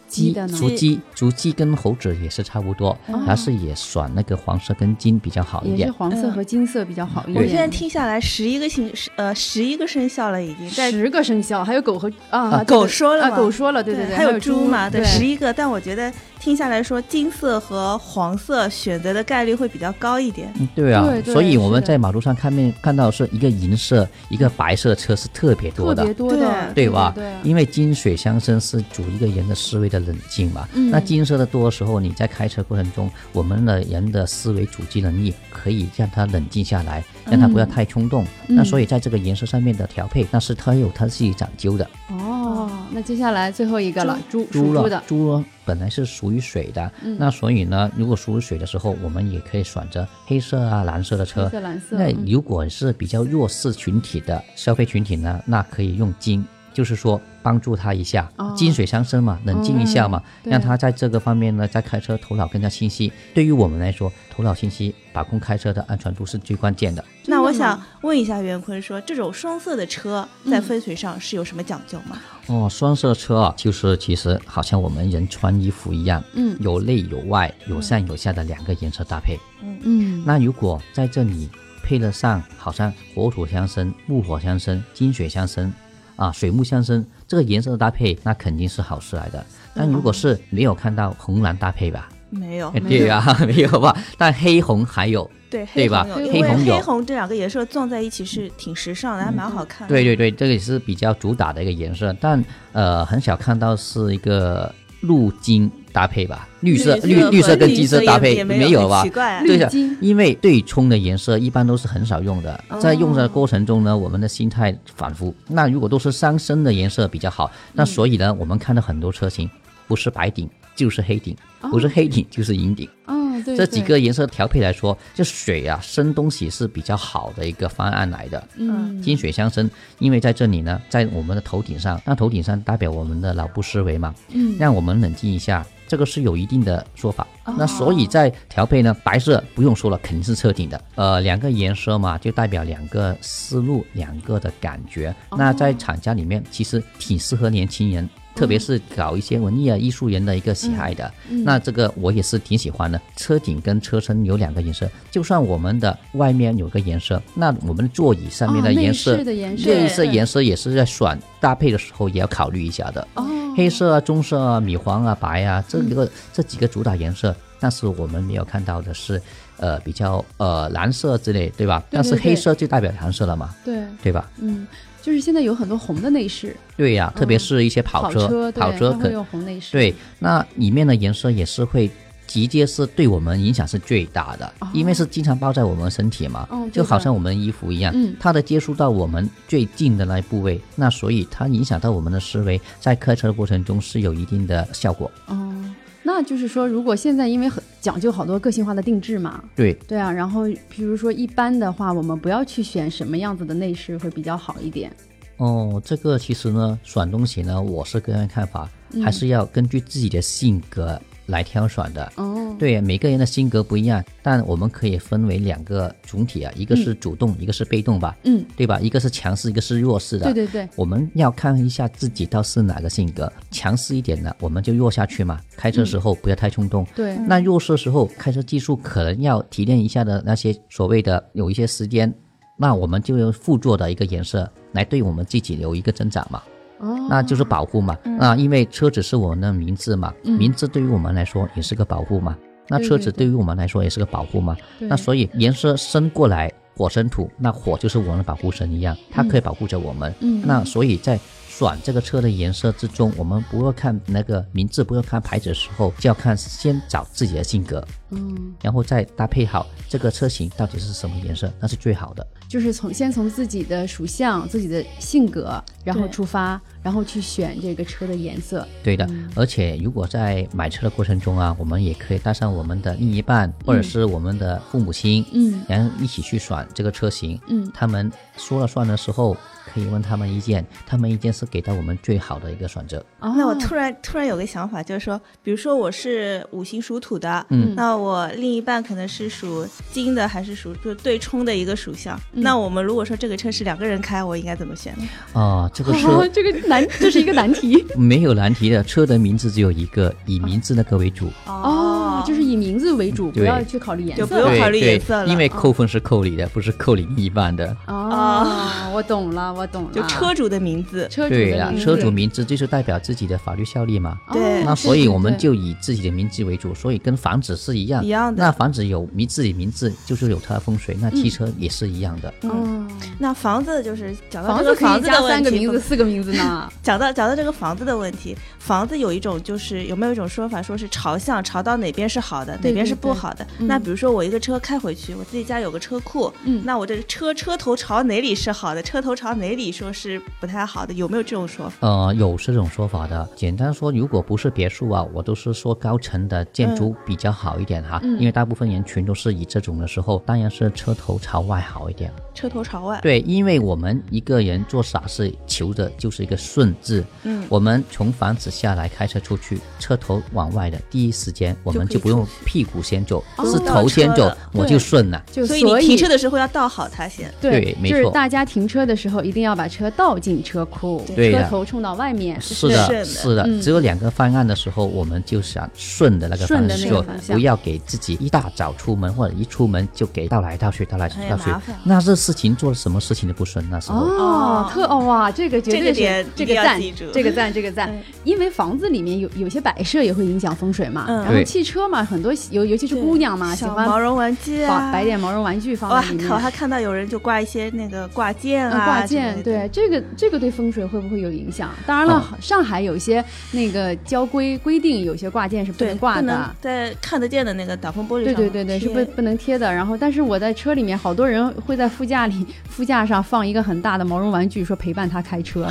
[SPEAKER 2] 鸡的呢？哦
[SPEAKER 4] 竹鸡，竹鸡跟猴子也是差不多，但是也选那个黄色跟金比较好一
[SPEAKER 2] 也是
[SPEAKER 4] 点。
[SPEAKER 2] 黄色和金色比较好一
[SPEAKER 3] 我现在
[SPEAKER 2] 点。
[SPEAKER 3] 听下来十一个星呃十一个生肖了，已经在
[SPEAKER 2] 十个生肖，还有狗和啊，对
[SPEAKER 3] 狗
[SPEAKER 2] 对
[SPEAKER 3] 说了
[SPEAKER 2] 啊
[SPEAKER 3] 嘛
[SPEAKER 2] 狗说了，对对对，
[SPEAKER 3] 还
[SPEAKER 2] 有
[SPEAKER 3] 猪嘛，
[SPEAKER 2] 对，
[SPEAKER 3] 十一个。但我觉得听下来说，金色和黄色选择的概率会比较高一点。
[SPEAKER 4] 嗯，对啊，
[SPEAKER 2] 对对
[SPEAKER 4] 所以我
[SPEAKER 2] 是
[SPEAKER 4] 们
[SPEAKER 2] 的
[SPEAKER 4] 在马路上看面看到是一个银色，一个白色车是特别多
[SPEAKER 2] 特
[SPEAKER 4] 的，
[SPEAKER 2] 别多的，
[SPEAKER 4] 对吧？
[SPEAKER 2] 对，
[SPEAKER 4] 因为金水相生是主一个人的思维的冷静嘛。
[SPEAKER 2] 嗯
[SPEAKER 4] 那金色的多的时候，你在开车过程中，我们的人的思维组织能力可以让他冷静下来，让他不
[SPEAKER 2] 嗯
[SPEAKER 4] 要太冲动。那所以在这个颜色上面的调配，那是他有他自己讲究的。
[SPEAKER 2] 哦，那接下来最后一个了，猪
[SPEAKER 4] 猪
[SPEAKER 2] 属猪
[SPEAKER 4] 了
[SPEAKER 2] 的，，嗯
[SPEAKER 4] 猪了本来是属于水的，那所以呢，如果属于水的时候，我们也可以选择黑色啊、蓝色的车。
[SPEAKER 2] 黑色、蓝色，
[SPEAKER 4] 那
[SPEAKER 2] 嗯
[SPEAKER 4] 如果是比较弱势群体的消费群体呢，那可以用金，就是说帮助他一下，
[SPEAKER 2] 哦
[SPEAKER 4] 金水相生嘛，冷静一下嘛，
[SPEAKER 2] 对
[SPEAKER 4] 让他在这个方面呢，在开车头脑更加清晰。对于我们来说，头脑清晰，把控开车的安全度是最关键的。
[SPEAKER 2] 的
[SPEAKER 3] 那我
[SPEAKER 2] 吗
[SPEAKER 3] 想问一下袁坤说，这种双色的车
[SPEAKER 2] 嗯
[SPEAKER 3] 在分水上是有什么讲究吗？
[SPEAKER 4] 哦，双色车啊，就是其实好像我们人穿衣服一样，
[SPEAKER 2] 嗯
[SPEAKER 4] 有内有外，有上有下的两个颜色搭配。
[SPEAKER 2] 嗯，
[SPEAKER 4] 那如果在这里配得上，好像火土相生、木火相生、金水相生，啊，水木相生，这个颜色的搭配，那肯定是好事来的。但如果是没有看到红蓝搭配吧，
[SPEAKER 3] 哦没有
[SPEAKER 4] 哎， 对呀、没有吧？但黑红还有，
[SPEAKER 3] 对
[SPEAKER 4] 对吧
[SPEAKER 3] 红
[SPEAKER 2] 黑
[SPEAKER 3] 因为
[SPEAKER 4] 红有嗯
[SPEAKER 3] 黑红这两个颜色撞在一起是挺时尚的，还蛮好看的。
[SPEAKER 4] 对对对，这个也是比较主打的一个颜色，但呃，很少看到是一个绿金搭配吧，绿色
[SPEAKER 3] 绿
[SPEAKER 4] 绿绿色跟金色搭
[SPEAKER 3] 也
[SPEAKER 4] 配
[SPEAKER 3] 也
[SPEAKER 4] 没
[SPEAKER 3] 没有
[SPEAKER 4] 有吧
[SPEAKER 3] 很奇？怪啊
[SPEAKER 4] 对的
[SPEAKER 2] 绿金，哦
[SPEAKER 4] 因为对冲的颜色一般都是很少用的，在用的过程中呢，我们的心态反复。那如果都是三深的颜色比较好，那所以呢，我们看到很多车型不是白顶就是黑顶，不是黑顶就是银顶。
[SPEAKER 2] 嗯，哦对，
[SPEAKER 4] 这几
[SPEAKER 2] 对，
[SPEAKER 4] 个颜色调配来说，这水啊生东西是比较好的一个方案来的。
[SPEAKER 2] 嗯，
[SPEAKER 4] 金水相生，因为在这里呢，在我们的头顶上，那头顶上代表我们的脑部思维嘛，
[SPEAKER 2] 嗯哦
[SPEAKER 4] 让我们冷静一下，这个是有一定的说法。那所以在调配呢，白色不用说了，肯定是车顶的。呃，两个颜色嘛，就代表两个思路，两个的感觉。
[SPEAKER 2] 哦
[SPEAKER 4] 那在厂家里面，其实挺适合年轻
[SPEAKER 2] 嗯
[SPEAKER 4] 人。特别是搞一些文艺啊、艺术人的一个喜爱的，
[SPEAKER 2] 嗯
[SPEAKER 4] 那这个我也是挺喜欢的。车顶跟车身有两个颜色，就算我们的外面有个颜色，那我们座椅上面
[SPEAKER 2] 哦
[SPEAKER 4] 的
[SPEAKER 2] 内
[SPEAKER 4] 颜色，
[SPEAKER 2] 饰的颜色
[SPEAKER 4] 内饰
[SPEAKER 3] 对
[SPEAKER 4] 颜色也是在选搭配的时候也要考虑一下的。
[SPEAKER 2] 哦
[SPEAKER 4] 黑色啊、棕色啊、米黄啊、白啊，这个、
[SPEAKER 2] 嗯
[SPEAKER 4] 这几个主打颜色，但是我们没有看到的是，呃，比较呃蓝色之类，对吧？
[SPEAKER 2] 对
[SPEAKER 4] 但是
[SPEAKER 2] 对
[SPEAKER 4] 黑
[SPEAKER 2] 对
[SPEAKER 4] 色就代表蓝色了嘛，
[SPEAKER 2] 对，
[SPEAKER 4] 对吧？
[SPEAKER 2] 嗯，就是现在有很多红的内饰，
[SPEAKER 4] 对呀、特别是一些
[SPEAKER 2] 嗯
[SPEAKER 4] 跑
[SPEAKER 2] 跑车，
[SPEAKER 4] 跑
[SPEAKER 2] 对
[SPEAKER 4] 车
[SPEAKER 2] 它
[SPEAKER 4] 可
[SPEAKER 2] 会用红内饰，
[SPEAKER 4] 对，那里面的颜色也是会直接是对我们影响是最大的，因为是经常包在我们身体嘛，
[SPEAKER 2] 嗯哦对
[SPEAKER 4] 就好
[SPEAKER 2] 的
[SPEAKER 4] 像我们衣服一样，
[SPEAKER 2] 嗯
[SPEAKER 4] 它的接触到我们最近的那一部位，那所以它影响到我们的思维，在开车的过程中是有一定的效果。
[SPEAKER 2] 哦，那就是说，如果现在因为很讲究好多个性化的定制嘛，
[SPEAKER 4] 对，
[SPEAKER 2] 对啊，然后比如说一般的话，我们不要去选什么样子的内饰会比较好一点。
[SPEAKER 4] 哦，这个其实呢，选东西呢，我是个人看法，
[SPEAKER 2] 嗯
[SPEAKER 4] 还是要根据自己的性格来挑选的。
[SPEAKER 2] 哦，
[SPEAKER 4] 对，每个人的性格不一样，但我们可以分为两个总体啊，一个是主动，一个是被动吧，
[SPEAKER 2] 嗯，
[SPEAKER 4] 对吧？一个是强势，一个是弱势的。
[SPEAKER 2] 对对对，
[SPEAKER 4] 我们要看一下自己到是哪个性格，强势一点的我们就弱下去嘛。开车时
[SPEAKER 2] 嗯
[SPEAKER 4] 候不要太冲动。
[SPEAKER 2] 对
[SPEAKER 4] 那弱势时候开车技术可能要提炼一下的那些所谓的有一些时间，那我们就用附着的一个颜色来对我们自己有一个增长嘛。
[SPEAKER 2] 哦，
[SPEAKER 4] 那就是保护嘛。
[SPEAKER 2] 嗯
[SPEAKER 4] 那因为车子是我们的名字嘛，名字对于我们来说也是个保护嘛。那
[SPEAKER 2] 对
[SPEAKER 4] 车
[SPEAKER 2] 对
[SPEAKER 4] 子
[SPEAKER 2] 对
[SPEAKER 4] 对于我们来说也是个保护嘛。
[SPEAKER 2] 对
[SPEAKER 4] 那所以颜色伸过来，火生土，那火就是我们的保护神一样，它可以保护着我们。
[SPEAKER 2] 嗯
[SPEAKER 4] 那所以在选这个车的颜色之中，我们不要看那个名字，不要看牌子的时候，就要看先找自己的性格，
[SPEAKER 2] 嗯，
[SPEAKER 4] 然后再搭配好这个车型到底是什么颜色，那是最好的。
[SPEAKER 2] 就是从先从自己的属相、自己的性格，然后
[SPEAKER 3] 对
[SPEAKER 2] 出发，然后去选这个车的颜色。
[SPEAKER 4] 对的，
[SPEAKER 3] 嗯
[SPEAKER 4] 而且如果在买车的过程中啊，我们也可以带上我们的另一
[SPEAKER 3] 嗯
[SPEAKER 4] 半或者是我们的父母亲，
[SPEAKER 2] 嗯
[SPEAKER 4] 然后一起去选这个车型，
[SPEAKER 2] 嗯
[SPEAKER 4] 他们说了算的时候，可以问他们意见，他们意见是给到我们最好的一个选择。
[SPEAKER 2] 哦，
[SPEAKER 3] 那我突然突然有个想法，就是说，比如说我是五行属土的，
[SPEAKER 4] 嗯
[SPEAKER 3] 那我另一半可能是属金的，还是属就对冲的一个属相。
[SPEAKER 4] 嗯
[SPEAKER 3] 那我们如果说这个车是两个人开，我应该怎么选呢？
[SPEAKER 4] 啊、这个
[SPEAKER 2] 哦
[SPEAKER 4] 车
[SPEAKER 2] 这个难，这是一个难题
[SPEAKER 4] 没有难题的，车的名字只有一个，以名字那个为主，
[SPEAKER 2] 哦，就是以名字为主，不
[SPEAKER 4] 对
[SPEAKER 2] 要去考虑颜
[SPEAKER 3] 就不
[SPEAKER 2] 色。
[SPEAKER 3] 用
[SPEAKER 4] 对
[SPEAKER 3] 考虑
[SPEAKER 4] 对
[SPEAKER 3] 颜色了
[SPEAKER 4] 因为扣分是扣你的，不是扣你另一半的。
[SPEAKER 2] 哦，我懂了，我懂了，
[SPEAKER 3] 啊
[SPEAKER 4] 啊
[SPEAKER 3] 就车主的名字。
[SPEAKER 2] 车主
[SPEAKER 4] 对
[SPEAKER 2] 的
[SPEAKER 4] 呀，
[SPEAKER 2] 名字
[SPEAKER 4] 车主名字就是代表自己的法律效力嘛。
[SPEAKER 2] 哦
[SPEAKER 3] 对
[SPEAKER 4] 那
[SPEAKER 2] 对
[SPEAKER 4] 所以
[SPEAKER 2] 对
[SPEAKER 4] 我们
[SPEAKER 2] 对
[SPEAKER 4] 就以自己的名字为主，所以跟房子是一样
[SPEAKER 3] 一样的嗯
[SPEAKER 4] 那房子有名自己名字，就是有它的风水。那汽车也是一样的。
[SPEAKER 2] 哦，
[SPEAKER 3] 那房子就是讲到
[SPEAKER 2] 房
[SPEAKER 3] 嗯这
[SPEAKER 2] 子
[SPEAKER 3] 个
[SPEAKER 2] 可
[SPEAKER 3] 房
[SPEAKER 2] 以
[SPEAKER 3] 子
[SPEAKER 2] 加
[SPEAKER 3] 的
[SPEAKER 2] 三
[SPEAKER 3] 问
[SPEAKER 2] 个
[SPEAKER 3] 题
[SPEAKER 2] 名
[SPEAKER 3] 不，
[SPEAKER 2] 字、四个名字 呢。
[SPEAKER 3] 讲到讲到这个房子的问题，房子有一种就是有没有一种说法，说是朝向朝到哪边是好的，
[SPEAKER 2] 对
[SPEAKER 3] 哪边是
[SPEAKER 2] 对
[SPEAKER 3] 不
[SPEAKER 2] 对
[SPEAKER 3] 好的？那比如说我一个车开回去，我自己家有个车库，
[SPEAKER 2] 嗯
[SPEAKER 3] 那我这个车车头朝哪里是好的，车头朝哪里说是不太好的，有没有这种说法？
[SPEAKER 4] 呃，有这种说法的。简单说，如果不是别墅啊，我都是说高层的建
[SPEAKER 3] 嗯
[SPEAKER 4] 筑比较好一点哈，因为大部分人群都是以这种的时候，当然是车头朝外好一点。
[SPEAKER 3] 车头朝外，
[SPEAKER 4] 对，因为我们一个人做傻事求的就是一个顺字。
[SPEAKER 3] 嗯
[SPEAKER 4] 我们从房子下来开车出去，车头往外的第一时间，我
[SPEAKER 3] 就
[SPEAKER 4] 们
[SPEAKER 3] 可以
[SPEAKER 4] 就不用
[SPEAKER 3] 出去
[SPEAKER 4] 屁股先走，
[SPEAKER 2] 哦
[SPEAKER 4] 是头先
[SPEAKER 3] 到车
[SPEAKER 4] 走
[SPEAKER 3] 了，
[SPEAKER 4] 我
[SPEAKER 2] 对
[SPEAKER 4] 就顺了。
[SPEAKER 2] 就
[SPEAKER 3] 所以
[SPEAKER 2] 以
[SPEAKER 3] 你停车的时候要倒好它先。
[SPEAKER 2] 对
[SPEAKER 4] 对，没
[SPEAKER 2] 就是
[SPEAKER 4] 错
[SPEAKER 2] 大家停车的时候一定要把车倒进车库，
[SPEAKER 4] 对
[SPEAKER 2] 车
[SPEAKER 4] 的
[SPEAKER 2] 头冲到外面。
[SPEAKER 4] 是
[SPEAKER 3] 顺
[SPEAKER 4] 的，
[SPEAKER 3] 的嗯
[SPEAKER 4] 是的，只有两个方案的时候，我们就想顺的那个
[SPEAKER 2] 顺
[SPEAKER 4] 方
[SPEAKER 2] 的
[SPEAKER 4] 向
[SPEAKER 2] 那个
[SPEAKER 4] 做
[SPEAKER 2] 方，向
[SPEAKER 4] 不要给自己一大早出门或者一出门就给倒来倒去，倒来
[SPEAKER 3] 哎呀
[SPEAKER 4] 倒去
[SPEAKER 3] 麻烦，
[SPEAKER 4] 那这事情做什么事情都不顺。那时候，
[SPEAKER 2] 哦，特哦哇，这个绝对
[SPEAKER 3] 啊这个
[SPEAKER 2] 是
[SPEAKER 3] 点
[SPEAKER 2] 这
[SPEAKER 3] 一定
[SPEAKER 2] 个
[SPEAKER 3] 要
[SPEAKER 2] 赞
[SPEAKER 3] 记住，
[SPEAKER 2] 这个赞，这个赞。因为房子里面有有些摆设也会影响风水嘛，
[SPEAKER 3] 嗯
[SPEAKER 2] 然后
[SPEAKER 4] 对
[SPEAKER 2] 汽车嘛，很多喜尤尤其是姑娘嘛，喜
[SPEAKER 3] 小
[SPEAKER 2] 欢
[SPEAKER 3] 毛绒玩具
[SPEAKER 2] 把
[SPEAKER 3] 啊，
[SPEAKER 2] 摆点毛绒玩具放
[SPEAKER 3] 哇
[SPEAKER 2] 在里面
[SPEAKER 3] 靠！我。还看到有人就挂一些那个挂件
[SPEAKER 2] 嗯
[SPEAKER 3] 啊，
[SPEAKER 2] 挂件，
[SPEAKER 3] 之类的哦
[SPEAKER 2] 对这个这个对风水会不会有影响？当然了，上海有些那个交规规定，有些挂件是不
[SPEAKER 3] 对，
[SPEAKER 2] 能挂的
[SPEAKER 3] 不能，在看得见的那个挡风玻璃
[SPEAKER 2] 对
[SPEAKER 3] 上
[SPEAKER 2] 对对对，是不
[SPEAKER 3] 贴
[SPEAKER 2] 不能贴的。然后，但是我在车里面，好多人会在副驾里副驾上放一个很大的毛绒玩具，说陪伴他开 车。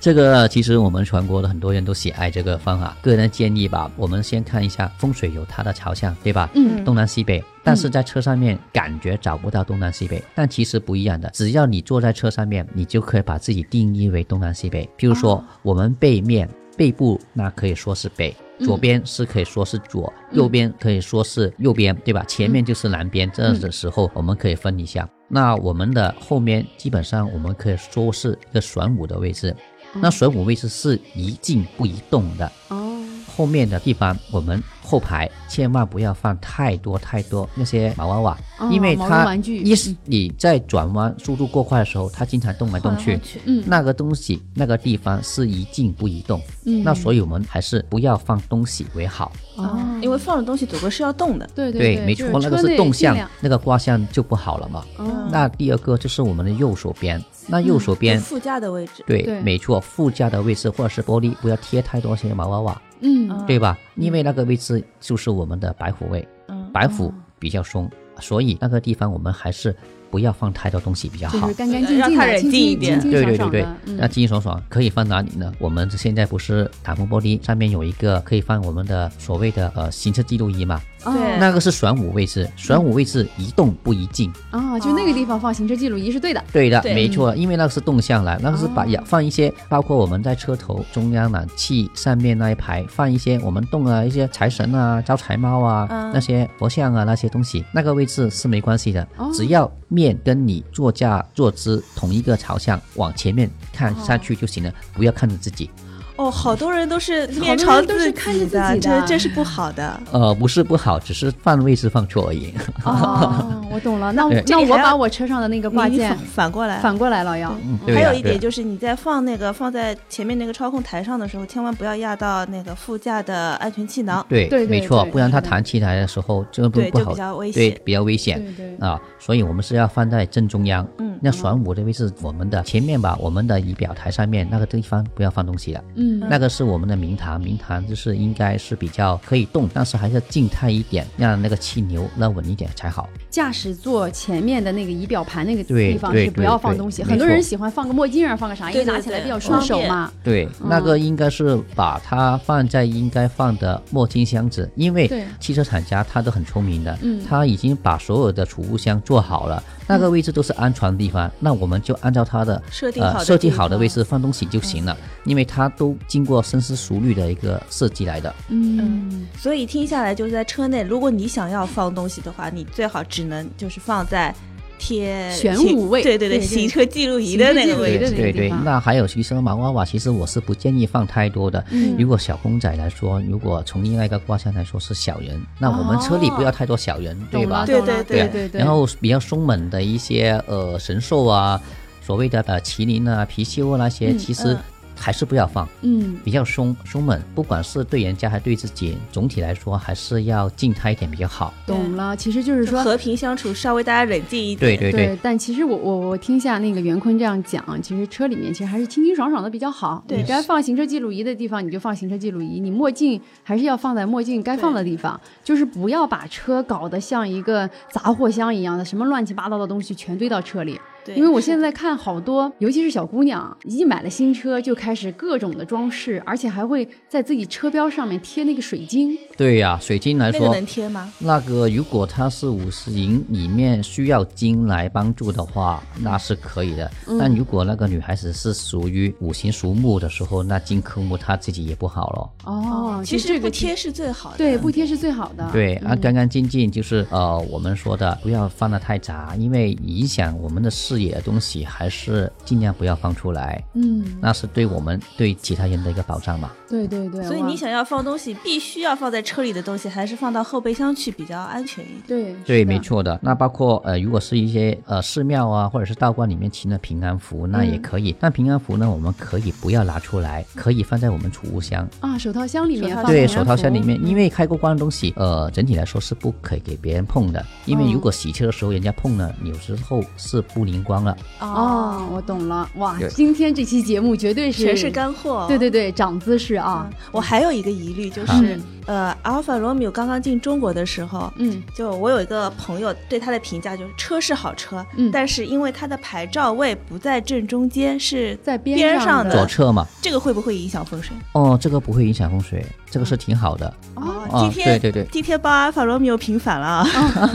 [SPEAKER 4] 这个其实我们全国的很多人都喜爱这个方法。个人建议吧，我们先看一下风水有它的朝向，对吧？
[SPEAKER 2] 嗯
[SPEAKER 4] 东南西北。但是在车上面感觉找不到东南西北，但其实不一样的。只要你坐在车上面，你就可以把自己定义为东南西北。譬如
[SPEAKER 2] 哦
[SPEAKER 4] 说，我们背面、背部那可以说是北，
[SPEAKER 2] 嗯
[SPEAKER 4] 左边是可以说是左，右边可以说是右边，对吧？前面就是南边，这样
[SPEAKER 2] 嗯
[SPEAKER 4] 的时候我们可以分一下。那我们的后面基本上我们可以说是一个玄武的位置，那水母位置是一静不一动的，
[SPEAKER 2] 哦，
[SPEAKER 4] 后面的地方我们后排千万不要放太多太多那些毛娃娃，
[SPEAKER 2] 哦
[SPEAKER 4] 因为
[SPEAKER 2] 毛绒
[SPEAKER 4] 它
[SPEAKER 2] 玩具嗯
[SPEAKER 4] 一是你在转弯速度过快的时候，它经常动来动去，
[SPEAKER 2] 嗯
[SPEAKER 4] 那个东西那个地方是一静不移动，
[SPEAKER 2] 嗯
[SPEAKER 4] 那所以我们还是不要放东西为好。
[SPEAKER 2] 哦，
[SPEAKER 3] 啊因为放的东西总归是要动的。
[SPEAKER 2] 对对，
[SPEAKER 4] 没
[SPEAKER 2] 就
[SPEAKER 4] 错，
[SPEAKER 2] 是
[SPEAKER 4] 那个
[SPEAKER 2] 车
[SPEAKER 4] 是
[SPEAKER 2] 内
[SPEAKER 4] 动
[SPEAKER 2] 尽
[SPEAKER 4] 向
[SPEAKER 2] 量，
[SPEAKER 4] 那个卦象就不好了嘛。
[SPEAKER 2] 哦
[SPEAKER 4] 那第二个就是我们的右手边，那右手边
[SPEAKER 3] 就。副驾的位置，
[SPEAKER 4] 对，
[SPEAKER 2] 嗯对
[SPEAKER 4] 没错，副驾的位置或者是玻璃不要贴太多些毛娃娃，
[SPEAKER 3] 哦
[SPEAKER 2] 嗯
[SPEAKER 4] 对吧？因为那个位置就是我们的白虎位，
[SPEAKER 3] 嗯，
[SPEAKER 4] 白虎比较松，所以那个地方我们还是不要放太多东西比较
[SPEAKER 2] 就
[SPEAKER 4] 好
[SPEAKER 2] 是。干干净净
[SPEAKER 3] 让他
[SPEAKER 2] 的，
[SPEAKER 3] 忍
[SPEAKER 2] 清
[SPEAKER 3] 静一
[SPEAKER 2] 清清
[SPEAKER 3] 点
[SPEAKER 2] 清
[SPEAKER 4] 对
[SPEAKER 2] 爽
[SPEAKER 4] 对对
[SPEAKER 2] 爽
[SPEAKER 4] 对
[SPEAKER 2] 的，，
[SPEAKER 4] 那
[SPEAKER 2] 嗯，
[SPEAKER 4] 清清爽爽可以放哪里呢？我们现在不是挡风玻璃上面有一个可以放我们的所谓的呃行车记录仪嘛？
[SPEAKER 2] 哦
[SPEAKER 3] 对
[SPEAKER 4] 那个是玄武位置，玄武位置一动不宜静。
[SPEAKER 2] 啊，就那个地方放行车记录仪是对的，
[SPEAKER 4] 对的，
[SPEAKER 3] 对嗯
[SPEAKER 4] 没错，因为那个是动向栏，那个是把
[SPEAKER 2] 哦
[SPEAKER 4] 放一些，包括我们在车头中央暖气上面那一排放一些我们动啊一些财神啊、招财猫啊、
[SPEAKER 3] 嗯
[SPEAKER 4] 那些佛像啊那些东西，那个位置是没关系的，
[SPEAKER 2] 哦
[SPEAKER 4] 只要面跟你座驾坐姿同一个朝向，往前面看上去就行了，不要看着自己。
[SPEAKER 3] 哦，好多人都是
[SPEAKER 2] 多
[SPEAKER 3] 面朝
[SPEAKER 2] 人都是
[SPEAKER 3] 自
[SPEAKER 2] 看着
[SPEAKER 3] 己
[SPEAKER 2] 自己的
[SPEAKER 3] 这这是不好的。
[SPEAKER 4] 呃，不是不好，只是放位置放错而已。
[SPEAKER 2] 哦，我懂了，那我
[SPEAKER 4] 对
[SPEAKER 2] 那
[SPEAKER 3] 这里
[SPEAKER 2] 我
[SPEAKER 3] 还要
[SPEAKER 2] 把我车上的那个挂
[SPEAKER 3] 你
[SPEAKER 2] 件
[SPEAKER 3] 反反过来，
[SPEAKER 2] 反过来了要，
[SPEAKER 4] 嗯， 对
[SPEAKER 3] 还
[SPEAKER 4] 呀、
[SPEAKER 3] 有一
[SPEAKER 4] 对呀
[SPEAKER 3] 点就是你在放那个放在前面那个操控台上的时候，千万不要压到那个副驾的安全气囊。
[SPEAKER 4] 对，
[SPEAKER 2] 对对
[SPEAKER 4] 没错，
[SPEAKER 2] 对
[SPEAKER 4] 不然
[SPEAKER 2] 是
[SPEAKER 4] 它
[SPEAKER 2] 的
[SPEAKER 4] 弹起来的时候，这不
[SPEAKER 3] 对
[SPEAKER 4] 不
[SPEAKER 3] 就
[SPEAKER 4] 好，
[SPEAKER 3] 比较危
[SPEAKER 4] 对
[SPEAKER 3] 险
[SPEAKER 4] 比较危险
[SPEAKER 2] 对对
[SPEAKER 4] 啊。所以我们是要放在正中央。
[SPEAKER 3] 嗯
[SPEAKER 4] 那玄武的位置，我们的前面吧，我们的仪表台上面那个地方不要放东西了。
[SPEAKER 2] 嗯，
[SPEAKER 4] 那个是我们的明堂，明堂就是应该是比较可以动，但是还是要静态一点，让那个气流拉稳一点才好。
[SPEAKER 2] 驾驶座前面的那个仪表盘那个
[SPEAKER 4] 对
[SPEAKER 2] 地方
[SPEAKER 4] 对
[SPEAKER 2] 是不
[SPEAKER 4] 对
[SPEAKER 2] 要放
[SPEAKER 4] 对
[SPEAKER 2] 东西，
[SPEAKER 4] 没
[SPEAKER 2] 很多人
[SPEAKER 4] 错
[SPEAKER 2] 喜欢放个墨镜啊，放个啥，因为
[SPEAKER 3] 对对
[SPEAKER 2] 拿起来
[SPEAKER 3] 对
[SPEAKER 2] 比较顺
[SPEAKER 3] 方
[SPEAKER 2] 手
[SPEAKER 3] 便
[SPEAKER 2] 嘛。
[SPEAKER 4] 对，那个应该是把它放在应该放的墨镜箱子，因为
[SPEAKER 2] 对
[SPEAKER 4] 汽车厂家他都很聪明的，
[SPEAKER 2] 嗯
[SPEAKER 4] 他已经把所有的储物箱做好了，那个位置都是安全的地方，那我们就按照它的
[SPEAKER 3] 设定好
[SPEAKER 4] 呃
[SPEAKER 3] 的
[SPEAKER 4] 设计
[SPEAKER 3] 地
[SPEAKER 4] 好的
[SPEAKER 3] 方
[SPEAKER 4] 位置放东西就行了，因为它都经过深思熟虑的一个设计来的。
[SPEAKER 2] 嗯，
[SPEAKER 3] 所以听下来就是在车内，如果你想要放东西的话，你最好只能就是放在贴
[SPEAKER 2] 玄
[SPEAKER 3] 行
[SPEAKER 2] 武位
[SPEAKER 3] 对对
[SPEAKER 2] 对
[SPEAKER 3] 对，
[SPEAKER 2] 对
[SPEAKER 3] 行车记录仪的那个
[SPEAKER 2] 对
[SPEAKER 3] 位
[SPEAKER 2] 行车记录仪的那
[SPEAKER 3] 置。
[SPEAKER 2] 个
[SPEAKER 4] 对
[SPEAKER 2] 地
[SPEAKER 4] 对
[SPEAKER 2] 方，
[SPEAKER 4] 那还有其实毛娃娃，其实我是不建议放太多的。
[SPEAKER 2] 嗯
[SPEAKER 4] 如果小公仔来说，如果从另外一个卦象来说是小人，那我们车里不要太多小人，对
[SPEAKER 2] 懂
[SPEAKER 4] 吧
[SPEAKER 2] 了，？
[SPEAKER 3] 对
[SPEAKER 2] 懂了
[SPEAKER 3] 对
[SPEAKER 2] 对
[SPEAKER 3] 对
[SPEAKER 2] 对对。
[SPEAKER 4] 然后比较凶猛的一些呃神兽啊，所谓的呃麒麟啊、貔貅啊那些，
[SPEAKER 2] 嗯
[SPEAKER 4] 其实
[SPEAKER 3] 嗯
[SPEAKER 4] 还是不要放，
[SPEAKER 2] 嗯，
[SPEAKER 4] 比较凶凶猛，不管是对人家还对自己，总体来说还是要静态一点比较好。
[SPEAKER 2] 懂了，其实就是说。
[SPEAKER 3] 和平相处，稍微大家冷静一点。
[SPEAKER 4] 对对对，
[SPEAKER 2] 但其实我我我听下那个袁坤这样讲，啊其实车里面其实还是清清爽爽的比较好。
[SPEAKER 3] 对
[SPEAKER 2] 你该放行车记录仪的地方你就放行车记录仪，你墨镜还是要放在墨镜该放的地方，就是不要把车搞得像一个杂货箱一样的，什么乱七八糟的东西全堆到车里。
[SPEAKER 3] 对
[SPEAKER 2] 因为我现在看好多，尤其是小姑娘，啊一买了新车就开始各种的装饰，而且还会在自己车标上面贴那个水晶。
[SPEAKER 4] 对呀、水晶来
[SPEAKER 3] 那个
[SPEAKER 4] 说。
[SPEAKER 3] 能贴吗？
[SPEAKER 4] 那个，如果它是五十银里面需要金来帮助的话，
[SPEAKER 3] 嗯
[SPEAKER 4] 那是可以的。但如果那个女孩子是属于五行属木的时候，那金克木她自己也不好了。
[SPEAKER 2] 哦，
[SPEAKER 3] 其
[SPEAKER 2] 就
[SPEAKER 3] 实
[SPEAKER 2] 这
[SPEAKER 3] 不
[SPEAKER 2] 个
[SPEAKER 3] 贴是最好的。
[SPEAKER 2] 对不贴是最好的。
[SPEAKER 4] 对，
[SPEAKER 3] 嗯
[SPEAKER 4] 啊，干干净净就是呃，我们说的不要放的太杂，因为影响我们的视野的东西，还是尽量不要放出来。
[SPEAKER 2] 嗯，
[SPEAKER 4] 那是对我们对其他人的一个保障嘛。
[SPEAKER 2] 对对对。
[SPEAKER 3] 所以
[SPEAKER 2] 哇
[SPEAKER 3] 你想要放东西，必须要放在车里的东西，还是放到后备箱去比较安全一点。
[SPEAKER 2] 对
[SPEAKER 4] 对，没。错的。那包括呃，如果是一些呃寺庙啊，或者是道观里面请的平安符，那
[SPEAKER 2] 嗯
[SPEAKER 4] 也可以。但平安符呢，我们可以不要拿出来，可以放在我们储物箱。
[SPEAKER 2] 是的啊，手套箱里面
[SPEAKER 3] 手套
[SPEAKER 2] 放
[SPEAKER 4] 对，
[SPEAKER 2] 平
[SPEAKER 4] 手
[SPEAKER 2] 安
[SPEAKER 4] 套箱
[SPEAKER 2] 符
[SPEAKER 4] 里面，因为开过光的东西，呃，整体来说是不可以给别人碰
[SPEAKER 2] 哦
[SPEAKER 4] 的，因为如果洗车的时候人家碰了，有时候是不灵光了。
[SPEAKER 2] 哦，我懂了。哇
[SPEAKER 4] 对，
[SPEAKER 2] 今天这期节目绝对是
[SPEAKER 3] 全是干货。哦
[SPEAKER 2] 对对对，长姿势啊。
[SPEAKER 3] 我还有一个疑虑就是，呃，阿尔法罗密欧刚刚进中国的时候，
[SPEAKER 2] 嗯，
[SPEAKER 3] 就我有一个朋友对它的评价就是车是好车，
[SPEAKER 2] 嗯
[SPEAKER 3] 但是因为它的牌照位不在正中间，是
[SPEAKER 2] 在边
[SPEAKER 3] 边
[SPEAKER 2] 上
[SPEAKER 3] 上
[SPEAKER 2] 的
[SPEAKER 4] 左
[SPEAKER 3] 的，
[SPEAKER 4] 侧嘛，
[SPEAKER 3] 这个会不会影响风水？
[SPEAKER 4] 哦，这个不会影响风水，这个是挺好 的，
[SPEAKER 2] 哦
[SPEAKER 4] 啊
[SPEAKER 3] 今天
[SPEAKER 4] 对对对
[SPEAKER 3] 今天帮阿尔法罗密欧平反了啊！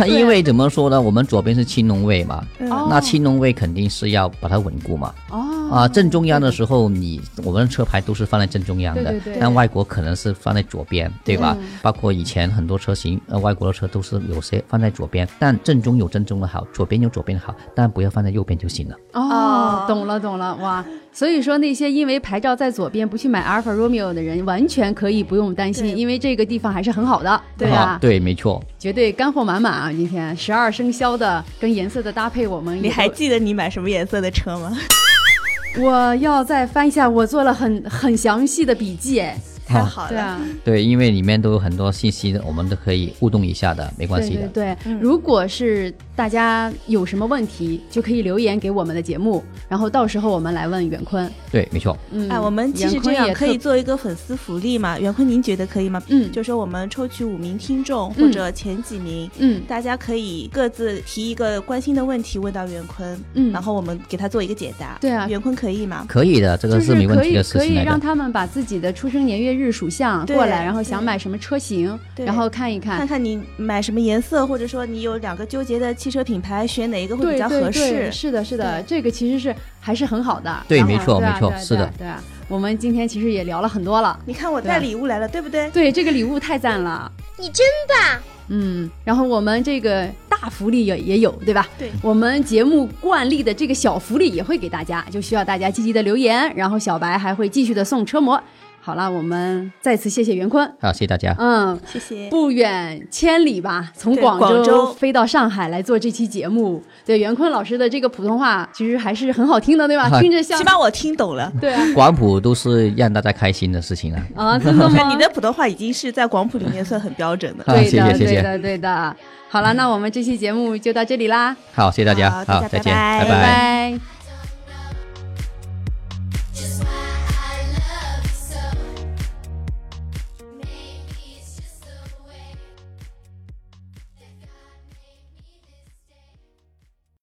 [SPEAKER 4] 因为怎么说呢，我们左边是青龙位嘛，
[SPEAKER 2] 哦
[SPEAKER 4] 那青龙位肯定是要把它稳固嘛，
[SPEAKER 2] 哦
[SPEAKER 4] 啊，正中央的时候你我们的车牌都是放在正中央的，
[SPEAKER 2] 对对对
[SPEAKER 4] 但外国可能是放在左边，对吧？包括以前很多车型，呃，外国的车都是有些放在左边，但正中有正中的好，左边有左边的好，但不要放在右边就行了。
[SPEAKER 2] 哦，懂了懂了哇！所以说那些因为牌照在左边不去买阿尔法罗密欧的人，完全可以不用担
[SPEAKER 3] 对
[SPEAKER 2] 心，因为这个地方还是很好的，对
[SPEAKER 4] 啊
[SPEAKER 2] 吧？
[SPEAKER 4] 对，没错。
[SPEAKER 2] 绝对干货满满啊！今天十二生肖的跟颜色的搭配，我们也
[SPEAKER 3] 你还
[SPEAKER 2] 都
[SPEAKER 3] 记得你买什么颜色的车吗？
[SPEAKER 2] 我要再翻一下，我做了很很详细的笔记，哎，
[SPEAKER 3] 太好了。
[SPEAKER 2] 对啊，
[SPEAKER 4] 对，因为里面都有很多信息，我们都可以互动一下的，没关
[SPEAKER 2] 对
[SPEAKER 4] 系
[SPEAKER 2] 对
[SPEAKER 4] 的。
[SPEAKER 2] 对。
[SPEAKER 3] 嗯
[SPEAKER 2] 如果是大家有什么问题，就可以留言给我们的节目，然后到时候我们来问袁坤。
[SPEAKER 4] 对，没错。
[SPEAKER 2] 嗯，
[SPEAKER 3] 哎，我们其
[SPEAKER 2] 袁
[SPEAKER 3] 实这
[SPEAKER 2] 坤
[SPEAKER 3] 样
[SPEAKER 2] 也
[SPEAKER 3] 可以
[SPEAKER 2] 特，
[SPEAKER 3] 做一个粉丝福利嘛？袁坤，您觉得可以吗？
[SPEAKER 2] 嗯
[SPEAKER 3] 就说我们抽取五名听众
[SPEAKER 2] 嗯
[SPEAKER 3] 或者前几名，
[SPEAKER 2] 嗯
[SPEAKER 3] 大家可以各自提一个关心的问题问到袁坤，
[SPEAKER 2] 嗯，
[SPEAKER 3] 然后我们给他做一个解答。
[SPEAKER 2] 对啊
[SPEAKER 3] 袁坤可以吗？
[SPEAKER 4] 可以的，这
[SPEAKER 2] 就
[SPEAKER 4] 个没问
[SPEAKER 2] 可
[SPEAKER 4] 题
[SPEAKER 2] 以
[SPEAKER 4] 的事
[SPEAKER 2] 可以
[SPEAKER 4] 情来
[SPEAKER 2] 让
[SPEAKER 4] 的。
[SPEAKER 2] 他们把自己的出生年月日属相过来，
[SPEAKER 3] 对
[SPEAKER 2] 然后想
[SPEAKER 3] 对
[SPEAKER 2] 买什么车型，
[SPEAKER 3] 对
[SPEAKER 2] 然后看一
[SPEAKER 3] 看
[SPEAKER 2] 看。
[SPEAKER 3] 看你买什么颜色，或者说你有两个纠结的汽车品牌，选哪一个会比
[SPEAKER 2] 对
[SPEAKER 3] 较
[SPEAKER 2] 对对，
[SPEAKER 3] 合
[SPEAKER 2] 啊
[SPEAKER 3] 适？
[SPEAKER 2] 是的，是的，这个其实是还是很好的。
[SPEAKER 4] 对
[SPEAKER 2] 然后
[SPEAKER 4] 没错
[SPEAKER 2] 对啊
[SPEAKER 4] 没错
[SPEAKER 2] 对啊
[SPEAKER 4] 是的
[SPEAKER 2] 对啊对啊，我们今天其实也聊了很多了。
[SPEAKER 3] 你看我
[SPEAKER 2] 对啊
[SPEAKER 3] 带礼物来了，对不对？
[SPEAKER 2] 对，这个礼物太赞了。
[SPEAKER 5] 你真棒！
[SPEAKER 2] 嗯，然后我们这个大福利也也有，对吧？
[SPEAKER 3] 对
[SPEAKER 2] 我们节目惯例的这个小福利也会给大家，就需要大家积极的留言，然后小白还会继续的送车模。好了，我们再次谢谢袁坤。
[SPEAKER 4] 好，谢谢大家。
[SPEAKER 2] 嗯，
[SPEAKER 3] 谢谢。
[SPEAKER 2] 不远千里吧，从
[SPEAKER 3] 对
[SPEAKER 2] 广
[SPEAKER 3] 广州
[SPEAKER 2] 飞到上海来做这期节目。对，袁坤老师的这个普通话其实还是很好听的，对吧？
[SPEAKER 4] 啊
[SPEAKER 2] 听着像
[SPEAKER 3] 起码我听懂了。
[SPEAKER 2] 对啊
[SPEAKER 4] 广普都是让大家开心的事情啊。
[SPEAKER 2] 啊，真的吗？
[SPEAKER 3] 你的普通话已经是在广普里面算很标准的。
[SPEAKER 4] 啊
[SPEAKER 2] 对的，
[SPEAKER 4] 谢谢谢
[SPEAKER 2] 对
[SPEAKER 4] 谢
[SPEAKER 2] 的，对的。好了，那我们这期节目就到这里啦，
[SPEAKER 4] 好，谢谢大家，
[SPEAKER 3] 好大家
[SPEAKER 4] 好，再见，
[SPEAKER 3] 拜拜
[SPEAKER 2] 拜拜